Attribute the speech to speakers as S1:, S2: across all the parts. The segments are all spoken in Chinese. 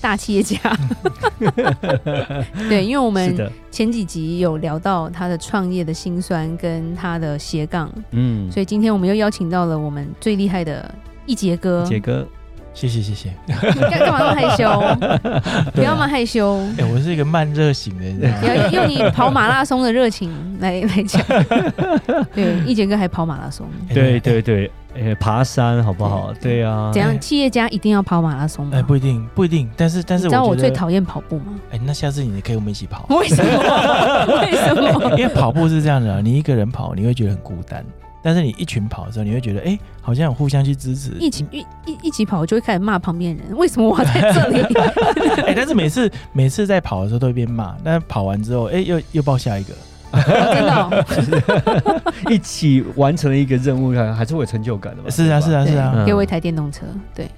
S1: 大企 业家。对，因为我
S2: 是
S1: 们
S2: 的，
S1: 前几集有聊到他的创业的辛酸跟他的斜杠，
S2: 嗯，
S1: 所以今天我们又邀请到了我们最厉害的一杰哥。
S2: 杰哥，
S3: 谢谢谢谢，
S1: 你干干嘛那 么害羞？
S2: 啊
S1: 不要那么害羞，
S3: 哎、我是一个慢热型的，你知道
S1: 你
S3: 吗？
S1: 要用你跑马拉松的热情来 来讲。对，一杰哥还跑马拉松，
S2: 对
S3: 哎
S2: 对对，呃，爬山好不好？对啊
S1: 怎，样？企业家一定要跑马拉松吗？
S3: 哎、不一定不一定，但是但
S1: 你
S3: 是
S1: 知
S3: 我
S1: 道我
S3: 觉
S1: 最
S3: 得，
S1: 讨厌跑步吗？，
S3: 哎、那下次你可以我们一起跑
S1: 为 什么？为什么？
S3: 因为跑步是这样的、啊，你一个人跑你会觉得很孤单，但是你一群跑的时候，你会觉得哎、好像有互相去支持，
S1: 一起一一一起跑，我就会开始骂旁边人，为什么我要在这里？
S3: 哎、但是每次每次在跑的时候都会被骂，但跑完之后，哎、又又报下一个，
S1: 哦真的 哦，
S2: 一起完成了一个任务，还还是会有成就感的嘛。
S3: 是啊
S2: 哦对吧
S3: 是啊是啊，
S1: 对
S2: 嗯
S1: 给我一台电动车，对，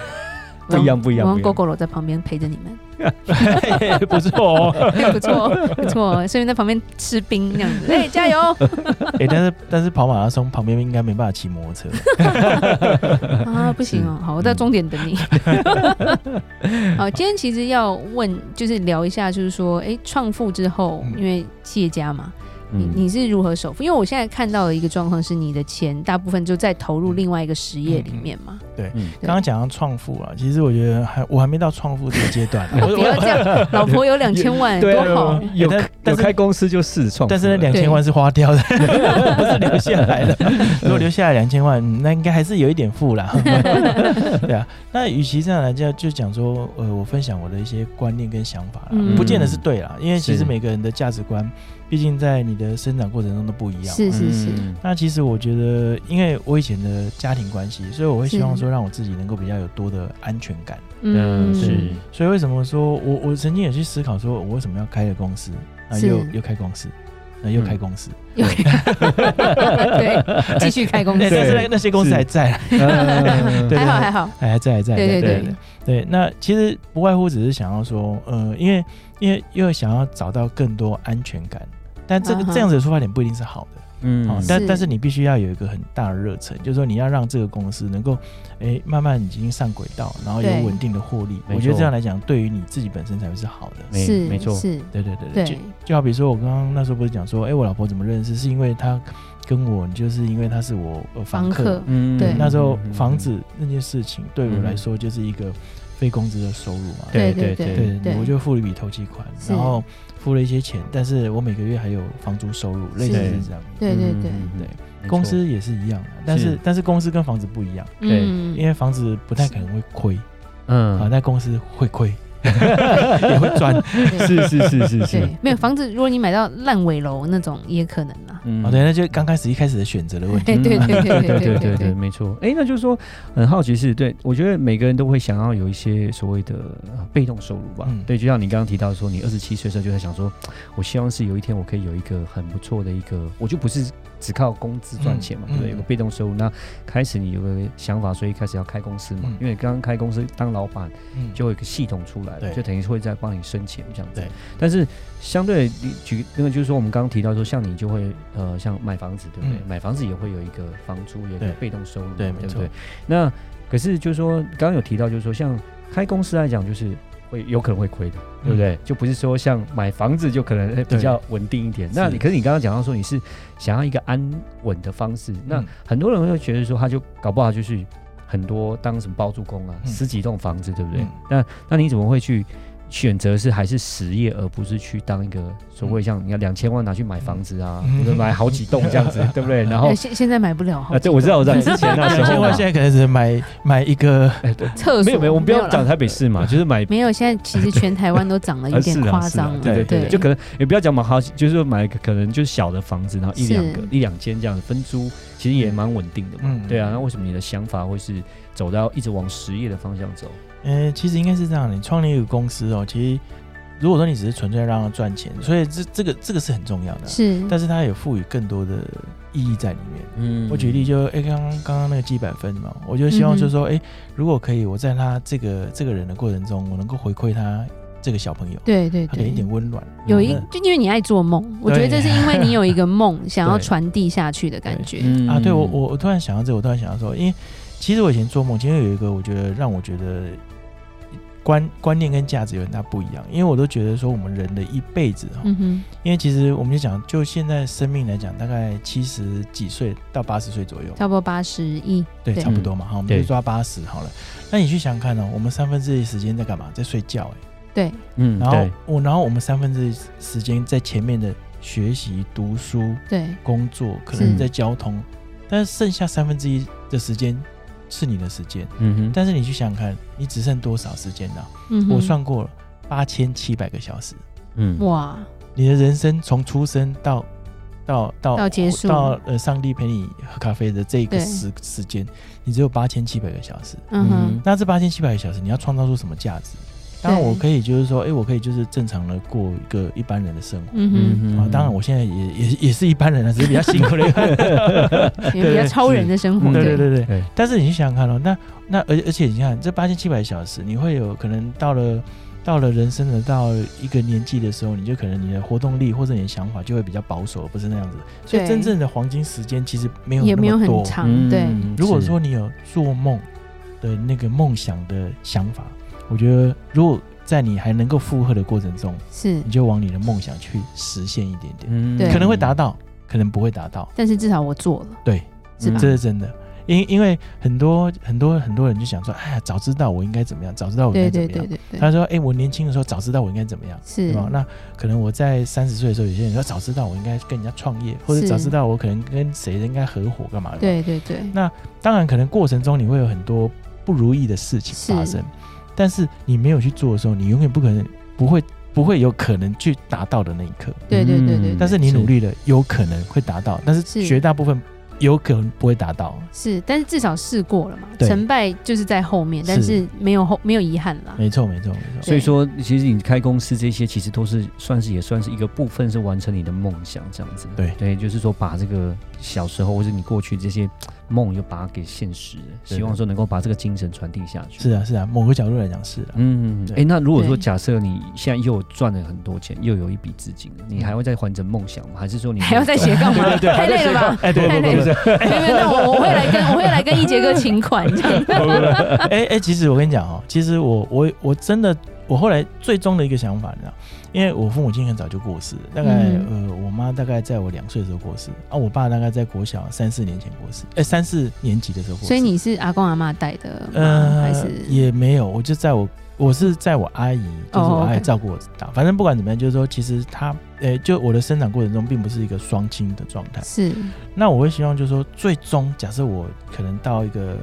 S2: 不一样不一样
S1: 我
S2: 不
S1: 用
S2: 一样
S1: GoGo 在旁边陪着你们，
S3: 不错哦，
S1: 哎不错不错，所以在旁边吃冰这样 子，哎，加油！
S3: 哎、但是但是跑马拉松旁边应该没办法骑摩托车，
S1: 啊，不行哦，好，我在终点等你。 好，今天其实要问，就是聊一下，就是说，哎、创富之后，
S3: 嗯
S1: 因为企业家嘛，
S2: 嗯
S1: 你你是如何首富？因为我现在看到的一个状况是，你的钱大部分就在投入另外一个实业里面嘛。
S2: 嗯
S1: 对
S3: 刚刚讲到创富啊，其实我觉得还我还没到创富这个阶 段、啊，我
S1: 不要这样，老婆有两千万，
S2: 对
S1: 多
S2: 啊
S1: 好。
S2: 有
S3: 但
S2: 有
S3: 但是
S2: 开公司就是创富了，
S3: 但是那两
S1: 对
S3: 千万是花掉的， 不是留下来的。如果留下来两千万，嗯那应该还是有一点富啦。对啊，那与其这样来讲，就讲说，呃，我分享我的一些观念跟想法啦，
S1: 嗯
S3: 不见得是对啦，因为其
S2: 是
S3: 实每个人的价值观，毕竟在你的生长过程中都不一样。
S1: 是是是，
S2: 嗯
S3: 那其实我觉得，因为我以前的家庭关系，所以我会希望
S1: 是
S3: 说，让我自己能够比较有多的安全感。
S2: 嗯 是
S3: 所以为什么说我我曾经也去思考，说我为什么要开了公司，然后
S1: 是
S3: 又又开公司，然后又开公司，
S1: 又嗯 对，继续开公
S3: 哎
S1: 司，
S3: 但是那那些公司还在啦，
S2: 嗯
S3: 对
S1: 还好还好，
S3: 哎还在还在，还在
S1: 对对
S3: 对
S1: 对
S3: 对那其实不外乎只是想要说，呃，因为因为又想要找到更多安全感，但这个、
S1: 嗯哼
S3: 这样子的出发点不一定是好的，哦
S2: 嗯，
S3: 但
S1: 是
S3: 但是你必须要有一个很大的热忱，就是说你要让这个公司能够，哎，慢慢已经上轨道，然后有
S1: 对
S3: 稳定的获利，
S2: 没
S3: 我觉得
S2: 错
S3: 这样来讲，对于你自己本身才会是好的。
S2: 没
S1: 是
S2: 没错
S1: 是，
S3: 对对对对，
S1: 对，
S3: 就好比说，我刚刚那时候不是讲说，哎、我老婆怎么认识？是因为她跟我，就是因为她是我呃
S1: 房
S3: 房客
S1: 客。
S2: 嗯
S1: 对
S3: 那时候房子那件事情对我来说就是一个非工资的收入嘛。
S2: 对
S1: 对
S2: 对
S3: 对
S1: 对
S3: 我就付了一笔头期款，
S1: 是
S3: 然后付了一些钱，但是我每个月还有房租收入，类似
S1: 是
S3: 是这样。
S2: 嗯
S1: 对对对，
S3: 对
S2: 对
S3: 公司也是一样的，但是
S2: 是
S3: 但是公司跟房子不一样，
S2: 对
S1: 嗯
S3: 因为房子不太可能会亏啊，
S2: 嗯，
S3: 但公司会亏，也会赚。
S1: 对
S2: 是是是是是，
S1: 对，没有房子，如果你买到烂尾楼那种，也可能 啦。
S2: 嗯
S3: 哦，对，那就刚开始一开始的选择的问题。
S1: 对对对对对
S2: 对
S1: 对
S2: 对
S1: 对
S2: 对，
S1: 对，
S2: 没错。哎，那就是说，很好奇是对，我觉得每个人都会想要有一些所谓的呃被动收入吧。
S3: 嗯
S2: 对，就像你刚刚提到说，你二十七岁的时候就在想说，我希望是有一天我可以有一个很不错的一个，我就不是只靠工资赚钱嘛，对
S3: 嗯
S2: 不对？
S3: 嗯
S2: 有个被动收入，那开始你有个想法，所以开始要开公司嘛，
S3: 嗯
S2: 因为刚刚开公司当老板，
S3: 嗯
S2: 就会有一个系统出来了，
S3: 对
S2: 就等于是会在帮你生钱这样子。
S3: 对，
S2: 但是相对你举那个就是说，我们刚刚提到说，像你就会呃，像买房子对不对？
S3: 嗯
S2: 买房子也会有一个房租，有一个
S3: 对
S2: 被动收入嘛，
S3: 对没
S2: 对不
S3: 错
S2: 对？那可是就是说，刚刚有提到就是说，像开公司来讲，就是。会有可能会亏的，对不对？就不是说像买房子就可能哎比
S3: 嗯对
S2: 较稳定一点。那你
S3: 是
S2: 可是你刚刚讲到说你是想要一个安稳的方式，那
S3: 嗯
S2: 很多人会觉得说，他就搞不好就是很多当什么包租公啊，
S3: 嗯
S2: 十几栋房子，对不对？
S3: 嗯
S2: 那那你怎么会去选择是还是实业，而不是去当一个所谓像你看两千万拿去买房子啊，
S3: 嗯
S2: 对不对买好几栋这样 子，对不对？ 然后
S1: 哎现现在买不了，好
S2: 啊，对我知道，我知道，之前那时
S3: 两千
S2: 候
S3: 万
S2: 啊
S3: 现在可能只能买买一个，
S2: 哎对
S1: 厕所
S2: 没有没有，我们不要
S1: 啦
S2: 讲台北市
S3: 嗯
S2: 嘛，就是买。
S1: 没有，现在其实全台湾都涨了有
S2: 啊是
S1: 点
S2: 啊
S1: 夸
S2: 是啊
S1: 张了，
S2: 对对
S1: 对，
S2: 对，就可能也不要讲嘛，好，就是说买一个可能就是小的房子，然后一
S1: 是
S2: 两个一两间这样分租，其实也蛮稳定的嘛
S3: 嗯。
S2: 对啊，那为什么你的想法会是走到一直往实业的方向走？
S3: 呃，其实应该是这样的。你创立一个公司哦，其实如果说你只是纯粹让他赚钱，所以这这个这个是很重要的啊，
S1: 是，
S3: 但是它也赋予更多的意义在里面。
S2: 嗯
S3: 我举例就，哎、刚刚刚刚那个基本分嘛，我就希望
S1: 嗯
S3: 就是说，哎、如果可以，我在他这个这个人的过程中，我能够回馈他这个小朋友，
S1: 对对
S3: 他给一
S1: 对
S3: 点。温暖。
S1: 有一
S3: 嗯
S1: 就因为你爱做梦，我觉得这是因为你有一个 梦想要传递下去的感觉。
S2: 嗯
S3: 啊，对我我我突然想到这个，我突然想到说，因为其实我以前做梦，其实有一个我觉得让我觉得观观念跟价值有很大不一样，因为我都觉得说我们人的一辈子哈，
S1: 嗯哼，
S3: 因为其实我们就讲，就现在生命来讲，大概七十几岁到八十岁左右，
S1: 差不多八十亿，
S3: 对，
S1: 对
S3: 差不多嘛，哈，我们
S2: 对
S3: 就抓八十好了。那你去想想看哦，我们三分之一时间在干嘛？在睡觉哎、
S1: 对，
S2: 嗯，
S3: 然后
S2: 对，
S3: 我，然后我们三分之一时间在前面的学习、读书、
S1: 对，
S3: 工作，可能在交通，但是剩下三分之一的时间是你的时间。
S2: 嗯哼，
S3: 但是你去想想看，你只剩多少时间了、
S1: 嗯哼，
S3: 我算过了，八千七百个小时。
S2: 嗯，
S1: 哇，
S3: 你的人生从出生到到到
S1: 到结束
S3: 到呃，上帝陪你喝咖啡的这个
S1: 对
S3: 时时间，你只有八千七百个小时。
S1: 嗯哼，
S3: 那这八千七百个小时，你要创造出什么价值？当然，
S1: 对
S3: 我可以就是说，哎、我可以就是正常的过一个一般人的生活。
S1: 嗯
S3: 啊，当然，我现在也也也是一般人了，啊只是比较辛苦了。
S1: 哼，也比较超人的生活，
S2: 嗯
S3: 对
S1: 对
S3: 对对对。
S2: 对，
S3: 但是你去想想看哦，那那而而且你看这八千七百小时，你会有可能到了到了人生的到一个年纪的时候，你就可能你的活动力或者你的想法就会比较保守，不是那样子。所以
S1: 对
S3: 真正的黄金时间其实没有
S1: 也没
S3: 那
S1: 有
S3: 么
S1: 很
S3: 多。
S1: 长，对，
S2: 嗯
S3: 如果
S2: 是
S3: 说你有做梦的那个梦想的想法，我觉得如果在你还能够负荷的过程中，
S1: 是
S3: 你，就往你的梦想去实现一点点，
S2: 嗯
S1: 对
S3: 可能会达到，可能不会达到，
S1: 但是至少我做了，
S3: 对，
S1: 是吧
S2: 嗯
S3: 这是真的。因因为很多很多很多人就想说，哎呀，早知道我应该怎么样，早知道我
S1: 对
S3: 应哦该怎么
S1: 对
S3: 样。
S1: 对对对，
S3: 他说，哎，我年轻的时候早知道我应该怎么样，
S1: 是
S3: 对吧？那可能我在三十岁的时候，有些人说早知道我应该跟人家创业，或者
S1: 是
S3: 早知道我可能跟谁应该合伙干嘛的。
S1: 对对对，
S3: 当然，可能过程中你会有很多不如意的事情发生
S1: 是，
S3: 但是你没有去做的时候，你永远不可能不会不会有可能去达到的那一刻。
S1: 对对对对
S2: 嗯
S3: 但是你努力了，有可能会达到，但是
S1: 是
S3: 绝大部分有可能不会达到。
S1: 是，但是至少试过了嘛，
S3: 对
S1: 成败就是在后面，但
S3: 是
S1: 是没有后没有遗憾啦，
S3: 没错，没错，没错。
S2: 所以说，其实你开公司这些，其实都是算是也算是一个部分，是完成你的梦想这样子。
S3: 对
S2: 对，就是说把这个小时候或者你过去这些梦，又把它给现实了，
S3: 对
S2: 希望说能够把这个精神传递下去。
S3: 是啊，是啊，某个角度来讲是 啊。
S2: 嗯，哎、
S3: 对
S2: 那如果说
S1: 对
S2: 假设你现在又赚了很多钱，又有一笔资金了，你还会再还成梦想吗？还是说你
S1: 还要再斜杠吗？
S2: 对对对
S1: 太累了吧？
S3: 哎，对
S1: 太
S3: 对
S1: 累
S3: 对
S1: 了，
S3: 对，
S1: 没有没有，那我我会来跟我会来跟一杰 哥请款这样，
S3: 哎哎，其实我跟你讲哦，其实我我我真的，我后来最终的一个想法，你知道，因为我父母亲很早就过世了，大概
S1: 嗯
S3: 呃，我妈大概在我两岁的时候过世，啊，我爸大概在国小三四年前过世，哎，三四年级的时候过世。
S1: 所以你是阿公阿妈带的吗？还
S3: 呃
S1: 是，
S3: 也没有，我就在我我是在我阿姨，就是
S1: 哦
S3: 我阿姨
S1: ，OK
S3: 照顾我大。反正不管怎么样，就是说，其实她，呃、就我的生长过程中，并不是一个双亲的状态。
S1: 是
S3: 那我会希望，就是说，最终假设我可能到一个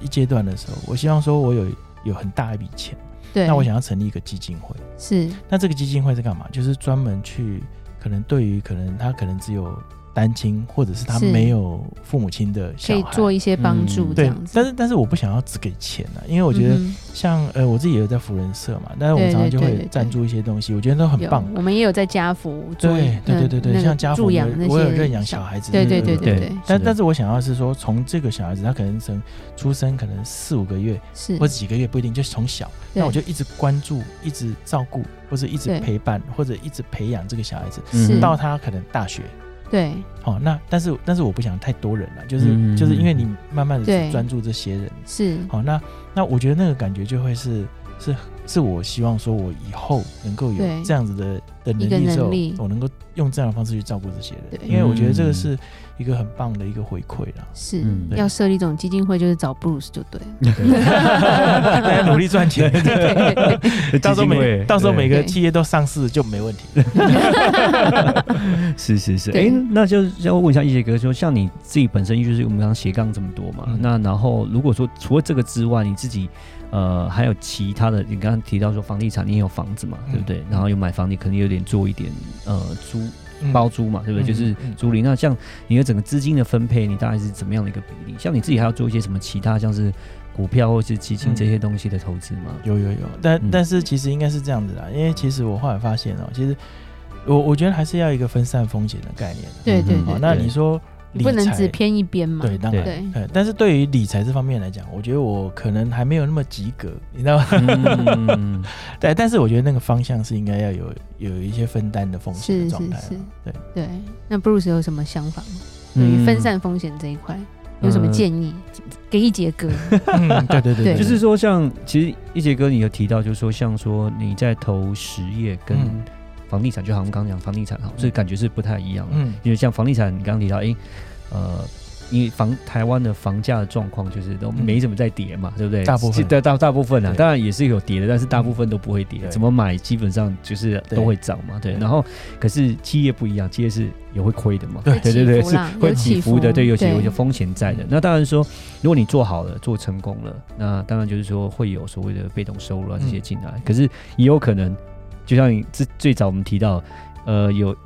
S3: 一阶段的时候，我希望说我有有很大一笔钱，
S1: 对，
S3: 那我想要成立一个基金会。
S1: 是
S3: 那这个基金会是干嘛？就是专门去可能对于可能他可能只有单亲，或者是他
S1: 是
S3: 没有父母亲的
S1: 可
S3: 小
S1: 以
S3: 孩。
S1: 做一些帮助
S2: 嗯
S1: 这
S3: 对
S1: 样，子，
S3: 但是但是我不想要只给钱啊，因为我觉得
S1: 嗯哼
S3: 像呃，我自己也有在福人社嘛，但是我们
S1: 对
S3: 常常就
S1: 对对
S3: 会
S1: 对
S3: 赞助一些东西，我觉得都很
S1: 有
S3: 棒。
S1: 我们也有在家福做
S3: 对对
S1: 那
S3: 对对对
S1: 那个
S3: 像家福
S1: 助养
S3: 我
S1: 那些
S3: 我有认养小孩子
S1: 对对对
S3: 对
S1: 对
S2: 对
S1: 对，
S3: 但
S2: 是
S3: 但是我想要是说，从这个小孩子他可能从出生可能四五个月
S1: 是
S3: 或者几个月不一定，就是从小，
S1: 对
S3: 那我就一直关注、一直照顾，或者一直
S1: 对嗯
S3: 陪伴，或者一直培养这个小孩子，
S1: 是
S3: 到他可能大学。
S1: 对
S3: 哦，那但是但是我不想太多人了，就是、
S2: 嗯
S3: 就是因为你慢慢的
S1: 对
S3: 去专注这些人，
S1: 是
S3: 好，那那我觉得那个感觉就会是是是我希望说，我以后能够有
S1: 对
S3: 这样子的的
S1: 一
S3: 能
S1: 个
S3: 力之
S1: 能
S3: 后
S1: 力，
S3: 我能够用这样的方式去照顾这些人，
S1: 对
S3: 因为我觉得这个
S2: 嗯
S3: 是一个很棒的一个回馈啦。
S1: 是
S2: 嗯对
S1: 要设立这种基金会，就是找 Bruce 就对了。
S3: 大家努力赚钱，
S1: 对对对
S3: 到时候每到时候每
S2: 个
S3: 个
S1: 对
S3: 企业都上市就没问题。
S2: 是是是，哎、
S1: 对
S2: 那就是要问一下一杰哥说像你自己本身就是我们刚刚斜杠这么多嘛，
S3: 嗯
S2: 那然后如果说除了这个之外，你自己呃还有其他的，你刚刚提到说房地产，你也有房子嘛，
S3: 嗯
S2: 对不对？然后有买房，你肯定有点做一点呃租
S3: 嗯
S2: 包租嘛，对不对？
S3: 嗯
S2: 就是
S3: 嗯
S2: 租赁。那像你的整个资金的分配，你大概是怎么样的一个比例？像你自己还要做一些什么其他，像是股票或是基金这
S1: 嗯
S2: 些东西的投资吗？
S3: 有有有，但、
S2: 嗯
S3: 但是其实应该是这样子啦，因为其实我后来发现哦、其实我我觉得还是要一个分散风险的概念的。
S1: 对对
S2: 嗯
S1: 对
S3: 好，
S1: 对
S3: 那你说
S1: 你
S3: 理
S1: 不能
S3: 财
S1: 只偏一边嘛。
S3: 对，当然。
S1: 对
S3: 呃但是对于理财这方面来讲，我觉得我可能还没有那么及格，你知道吗？
S2: 嗯，
S3: 对，但是我觉得那个方向是应该要有有一些分担的风险
S1: 是
S3: 的状态
S1: 是是
S3: 嘛。对，
S1: 对，那 Bruce 有什么想法吗？
S3: 嗯
S1: 对于分散风险这一块有什么
S2: 嗯
S3: 呃
S1: 建议？给一节哥，
S3: 嗯，对对对
S1: 对
S3: 对，
S2: 就是说像，其实一杰哥你有提到，就是说像说你在投实业跟
S3: 嗯
S2: 房地产，就好像我们刚刚讲房地产哈，所以感觉是不太一样的。
S3: 嗯
S2: 因为像房地产，你刚刚提到，诶，呃，因为房台湾的房价的状况就是都
S3: 嗯
S2: 没怎么在跌嘛，对不对？
S3: 大部分
S2: 是大大大部分啊，
S3: 对
S2: 当然也是有跌的，但是大部分都不会跌，
S3: 对
S2: 怎么买基本上就是
S3: 对
S2: 都会涨嘛，对。
S3: 对
S2: 然后可是企业不一样，企业是也会亏的嘛，
S3: 对
S2: 对对，
S1: 起
S2: 是
S1: 伏啦
S2: 会
S1: 有
S2: 起伏的，对，有些有些风险在的
S3: 嗯。
S2: 那当然说，如果你做好了，做成功了，那当然就是说会有所谓的被动收入啊这些进来，可是也有可能，就像你最最早我们提到，呃，有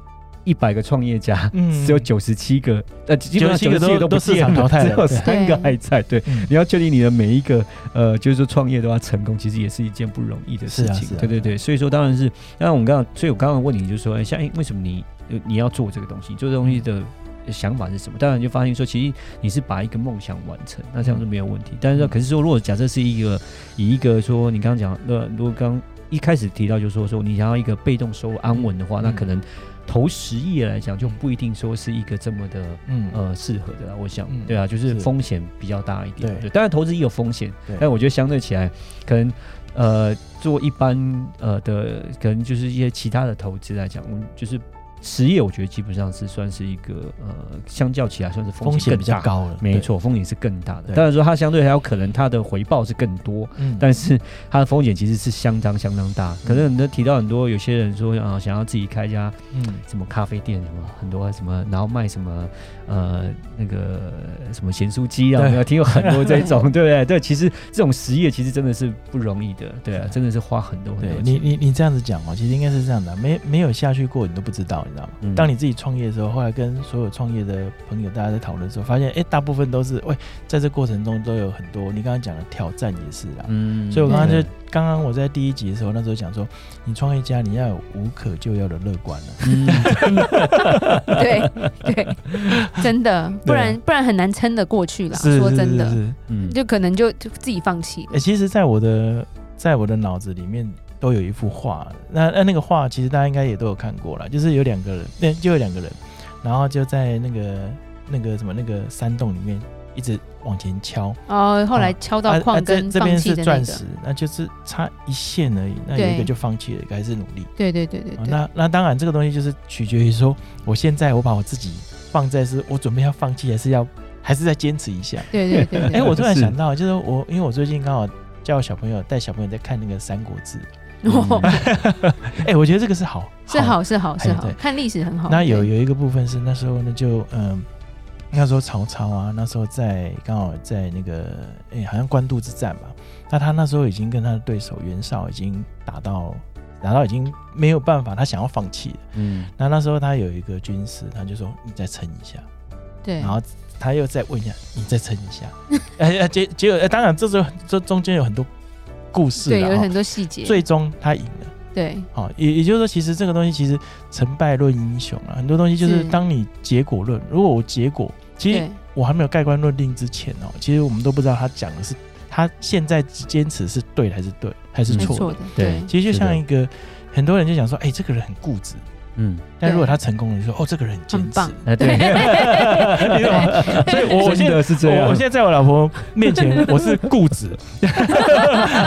S2: 一百个创业家，
S3: 嗯
S2: 只有九十七个，呃，基本上九
S3: 97个
S2: 十
S3: 都
S2: 七个不
S3: 都市
S2: 见
S3: 场淘汰
S2: 只
S3: 了
S2: 有
S3: 对
S2: 三个还在。对，
S3: 嗯
S2: 你要确定你的每一个，呃，就是说创业都要成功，其实也是一件不容易的事
S3: 是啊
S2: 情。
S3: 是啊
S2: 对对对，所以说当然是，那我们刚刚，所以我刚刚问你，就是说，哎，像哎，为什么你呃你要做这个东西？做这东西的。想法是什么？当然就发现说，其实你是把一个梦想完成，那这样是没有问题。但是说，
S3: 嗯
S2: 可是说，如果假设是一个以一个说你刚刚讲，那如果刚一开始提到就是说说你想要一个被动收入安稳的话，
S3: 嗯
S2: 那可能投实业来讲就不一定说是一个这么的。
S3: 嗯
S2: 呃，适合的啦，我想，
S3: 嗯
S2: 对啊，就是
S3: 是
S2: 风险比较大一点。
S3: 对
S2: 对，当然投资也有风险
S3: 对，
S2: 但我觉得相对起来，可能呃，做一般呃的，可能就是一些其他的投资来讲，我们就是实业，我觉得基本上是算是一个呃，相较起来算是
S3: 风险
S2: 险
S3: 比
S2: 更
S3: 较
S2: 大。
S3: 高了，
S2: 没
S3: 对，
S2: 错，风险是更大的。
S3: 对
S2: 当然说它相对还有可能它的回报是更多，
S3: 嗯
S2: 但是它的风险其实是相当相当大。可能很多提到很多有些人说啊、想要自己开一家
S3: 嗯
S2: 什么咖啡店什么很多什么，然后卖什么呃那个什么咸酥鸡啊，
S3: 对
S2: 我们有听过很多这 种，对不对？对，其实这种实业其实真的是不容易的，对啊，真的是花很多很
S3: 对
S2: 多
S3: 你
S2: 钱。
S3: 你你这样子讲哦，其实应该是这样的，没没有下去过，你都不知道，你知道吗？
S2: 嗯
S3: 当你自己创业的时候，后来跟所有创业的朋友大家在讨论的时候，发现哎、诶大部分都是喂，在这过程中都有很多你刚刚讲的挑战也是啦。
S2: 嗯
S3: 所以我刚刚就
S2: 对
S3: 刚刚我在第一集的时候，那时候讲说，你创业家你要有无可救药的乐观啊了、
S2: 嗯
S1: 对对，真的，不然不然很难撑得过去啦。 说真的，
S3: 是
S2: 嗯
S1: 就可能就就自己放弃了
S3: 哎、。其实，在我的在我的脑子里面都有一幅画，那那那个画其实大家应该也都有看过了，就是有两个人，那就有两个人，然后就在那个那个什么那个山洞里面一直往前敲，
S1: 哦，后来敲
S3: 啊
S1: 到
S3: 啊
S1: 矿
S3: 这
S1: 跟
S3: 这
S1: 放
S3: 边
S1: 弃
S3: 是
S1: 的那
S3: 钻
S1: 个
S3: 石，，那就是差一线而已，那有一
S1: 对
S3: 个就放弃了，一个还是努力。
S1: 对对对对
S3: 啊
S1: 对，
S3: 那那当然，这个东西就是取决于说，我现在我把我自己放在是我准备要放弃，还是要还是再坚持一下。
S1: 对对对对
S3: 哎、
S1: 对。啊
S3: 我突然
S2: 是
S3: 想到，就是我因为我最近刚好叫小朋友带小朋友在看那个《三国志》，
S1: 哦
S3: 哎、我觉得这个是好，
S1: 是。好是好是
S3: 哎
S1: 好
S3: 对，
S1: 看历史很好。
S3: 那有
S1: 对
S3: 有一个部分是那时候呢，就嗯，那时候曹操啊，那时候在刚好在那个哎、好像官渡之战吧，那他那时候已经跟他的对手袁绍已经打到打到已经没有办法，他想要放弃了。
S2: 嗯
S3: 那那时候他有一个军师，他就说你再撑一下，
S1: 对
S3: 然，后他又再问一下你再撑一下， 哎、哎结结果、哎当然这时候这中间有很多故事
S1: 对
S3: 了
S1: 有
S3: 哈
S1: 很，多细节，
S3: 最终他赢了。
S1: 对
S3: 好、也也就是说，其实这个东西其实成败论英雄啊，很多东西就是
S1: 是
S3: 当你结果论。如果我结果，其实
S1: 对
S3: 我还没有盖棺论定之前哦，其实我们都不知道他讲的是他现在坚持是对的还是对还是
S2: 嗯
S1: 没
S3: 错的。
S1: 错的，
S2: 对
S1: 对
S3: 其实就是
S2: 的
S3: 像一个很多人就讲说，哎、这个人很固执，
S2: 嗯，
S3: 但
S1: 对
S3: 如果他成功了，你说哦，这个人很坚
S1: 很
S3: 持
S1: 棒。
S2: 哎对，
S3: 你懂吗？所以我我
S2: 真
S3: 现在
S2: 的是这
S3: 我
S2: 样，
S3: 我现在在我老婆面 前我是固执，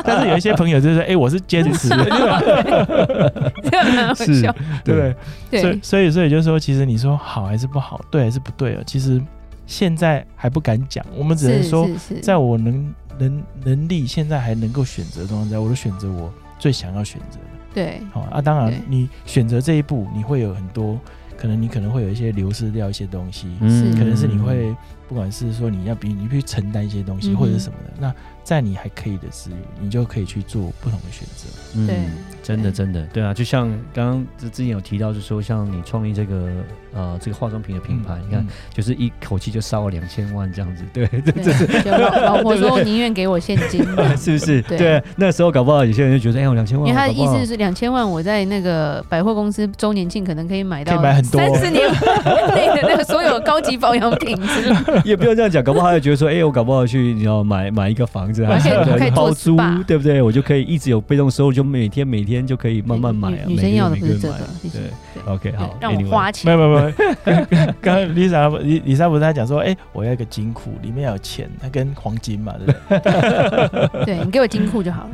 S3: 但是有一些朋友就是哎、我是坚持的，
S1: 这样蛮好
S2: 是
S1: 笑。
S3: 对不对
S2: 对？
S3: 所
S1: 对
S3: 以，所以，所以就是说，其实你说好还是不好，对还是不对啊？其实现在还不敢讲，我们只能
S1: 是
S3: 说，
S1: 是是，
S3: 在我能能能力现在还能够选择的状况下，我就选择我最想要选择的。
S1: 对
S3: 好、啊，当然
S1: 对，
S3: 你选择这一步，你会有很多可能，你可能会有一些流失掉一些东西，
S1: 是
S2: 嗯
S3: 可能是你会不管是说你要比你去承担一些东西
S1: 嗯哼
S3: 或者是什么的，那在你还可以的之余，你就可以去做不同的选择。
S2: 嗯
S1: 对，
S2: 真的
S1: 对
S2: 真的，对啊，就像刚刚之之前有提到，就是说像你创立这个呃这个化妆品的品牌，你看
S3: 嗯，
S2: 就是一口气就烧了两千万这样子， 对，这这是
S1: 对，就老老婆说宁愿给我现金，
S2: 是不是？
S1: 对
S2: 对，啊那时候搞不好有些人就觉得，哎，我两千
S1: 因
S2: 万，
S1: 为他的
S2: 搞不
S1: 意
S2: 好
S1: 思是两千万，我在那个百货公司周年庆可能可以买
S3: 可
S1: 到
S3: 以买很多
S1: 三十 年内的那个所有高级保养品之类的，
S2: 也不要这样讲，搞不好他就觉得说，哎、我搞不好去你要买买一个房子，
S1: 我
S2: 还是
S1: 可以我可以做
S2: 包租
S1: SPA，
S2: 对不对？我就可以一直有被动收入，就每天每天就可以慢慢买、啊。
S1: 女
S2: 每
S1: 女
S2: 个
S1: 生
S2: 月
S1: 要的
S2: 每
S1: 不是
S2: 月
S1: 这
S2: 买
S1: 个，其实
S2: 对，OK，好
S1: 对，让我
S2: anyway
S1: 花
S3: 没
S1: 钱
S3: 有，没有没有，刚刚刚 Lisa 李李莎不是在讲说，哎、我要一个金库，里面要有钱，它跟黄金嘛，对不对？
S1: 对你给我金库就 好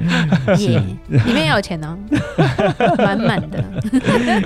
S1: 了，耶，里面要有钱呢，哦满满的，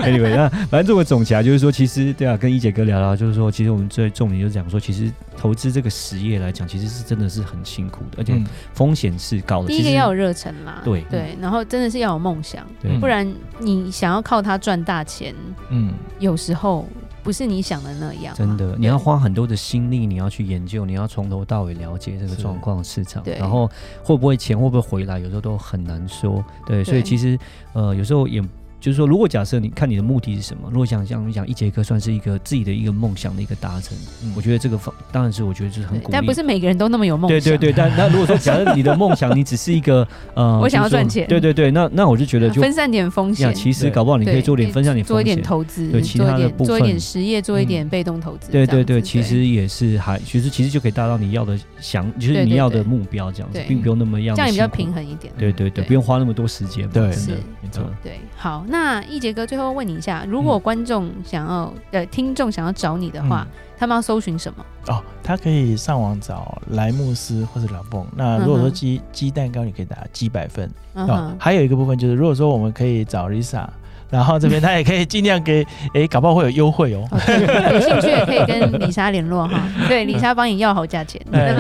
S2: anyway，那反正这个总结啊，就是说，其实对啊，跟一姐哥聊聊，就是说，其实我们最重点就是讲说，其实投资这个实业来讲，其实是真的是很辛苦的，而且
S3: 嗯，
S2: 风险是高的。
S1: 第一
S2: 其
S1: 个
S2: 实
S1: 要有热忱啦，
S2: 对
S1: 对，然后真的是要有梦想，
S2: 对
S1: 不然你想要靠它赚大钱，
S3: 嗯，
S1: 有时候不是你想的那样啊，
S2: 真的，你要花很多的心力，你要去研究，你要从头到尾了解这个
S3: 是
S2: 状况市场
S1: 对，
S2: 然后会不会钱会不会回来，有时候都很难说。对，所以
S1: 对
S2: 其实呃，有时候也就是说，如果假设你看你的目的是什么，如果想想想一节课算是一个自己的一个梦想的一个达成，
S3: 嗯
S2: 我觉得这个方当然是我觉得就是很
S1: 对
S2: 鼓励。
S1: 但不是每个人都那么有梦
S2: 对
S1: 想，啊
S2: 对对，但 那如果说假设你的梦想，你只是一个呃，
S1: 我想要
S2: 就是说
S1: 赚钱
S2: 对对对，那那我就觉得就
S1: 分散点风
S2: 呀，
S1: 险，
S2: 其实
S3: 对
S2: 搞不好你可以
S1: 对
S2: 做点分享点
S1: 做
S2: 风
S1: 一点
S2: 险，
S1: 投资，
S2: 对其
S1: 做一
S2: 他的
S1: 点
S2: 部
S1: 做一
S2: 分嗯
S1: 点实业，做一点被动投资，
S2: 对
S1: 这
S2: 对
S1: 样
S2: 对，
S1: 子
S2: 其实也是还，其实其实就可以达到你要的想，就是
S1: 对
S2: 你
S1: 对
S2: 要的
S1: 对
S2: 目标这样子
S1: 对，
S2: 并不用那么样，
S1: 这样也比较平。衡一点。
S2: 对对对，
S1: 对
S2: 不用花那么多时间嘛。
S3: 对
S2: 真的
S1: 是
S3: 没错，
S1: 对，好，那一杰哥最后问你一下，如
S2: 嗯
S1: 果观众想要、呃听众想要找你的话，他们要搜寻什么？
S3: 哦，他可以上网找莱慕斯或者老蹦。那如果说鸡鸡蛋糕，你可以打鸡百份。
S1: 嗯
S3: 哦
S1: 哼，，
S3: 还有一个部分就是，如果说我们可以找 Lisa，然后这边他也可以尽量给，诶，搞不好会有优惠哦。
S1: 哦对有兴趣也可以跟李莎联络哈，对，李莎帮你要好价钱。
S3: 哎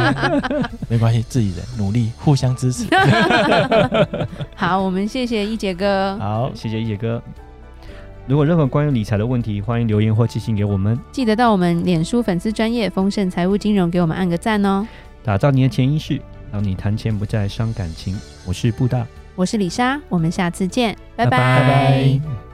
S3: 没关系，自己人努力，互相支持。
S1: 好，我们谢谢一杰哥，
S3: 好，
S2: 谢谢一姐哥。如果任何关于理财的问题，欢迎留言或寄信给我们。
S1: 记得到我们脸书粉丝专业丰盛财务金融给我们按个赞哦。
S2: 打造你的潜意识，让你谈钱不再伤感情。我是布大，
S1: 我是李莎，我们下次见，拜
S2: 拜
S1: 拜。
S2: 拜
S3: 拜拜。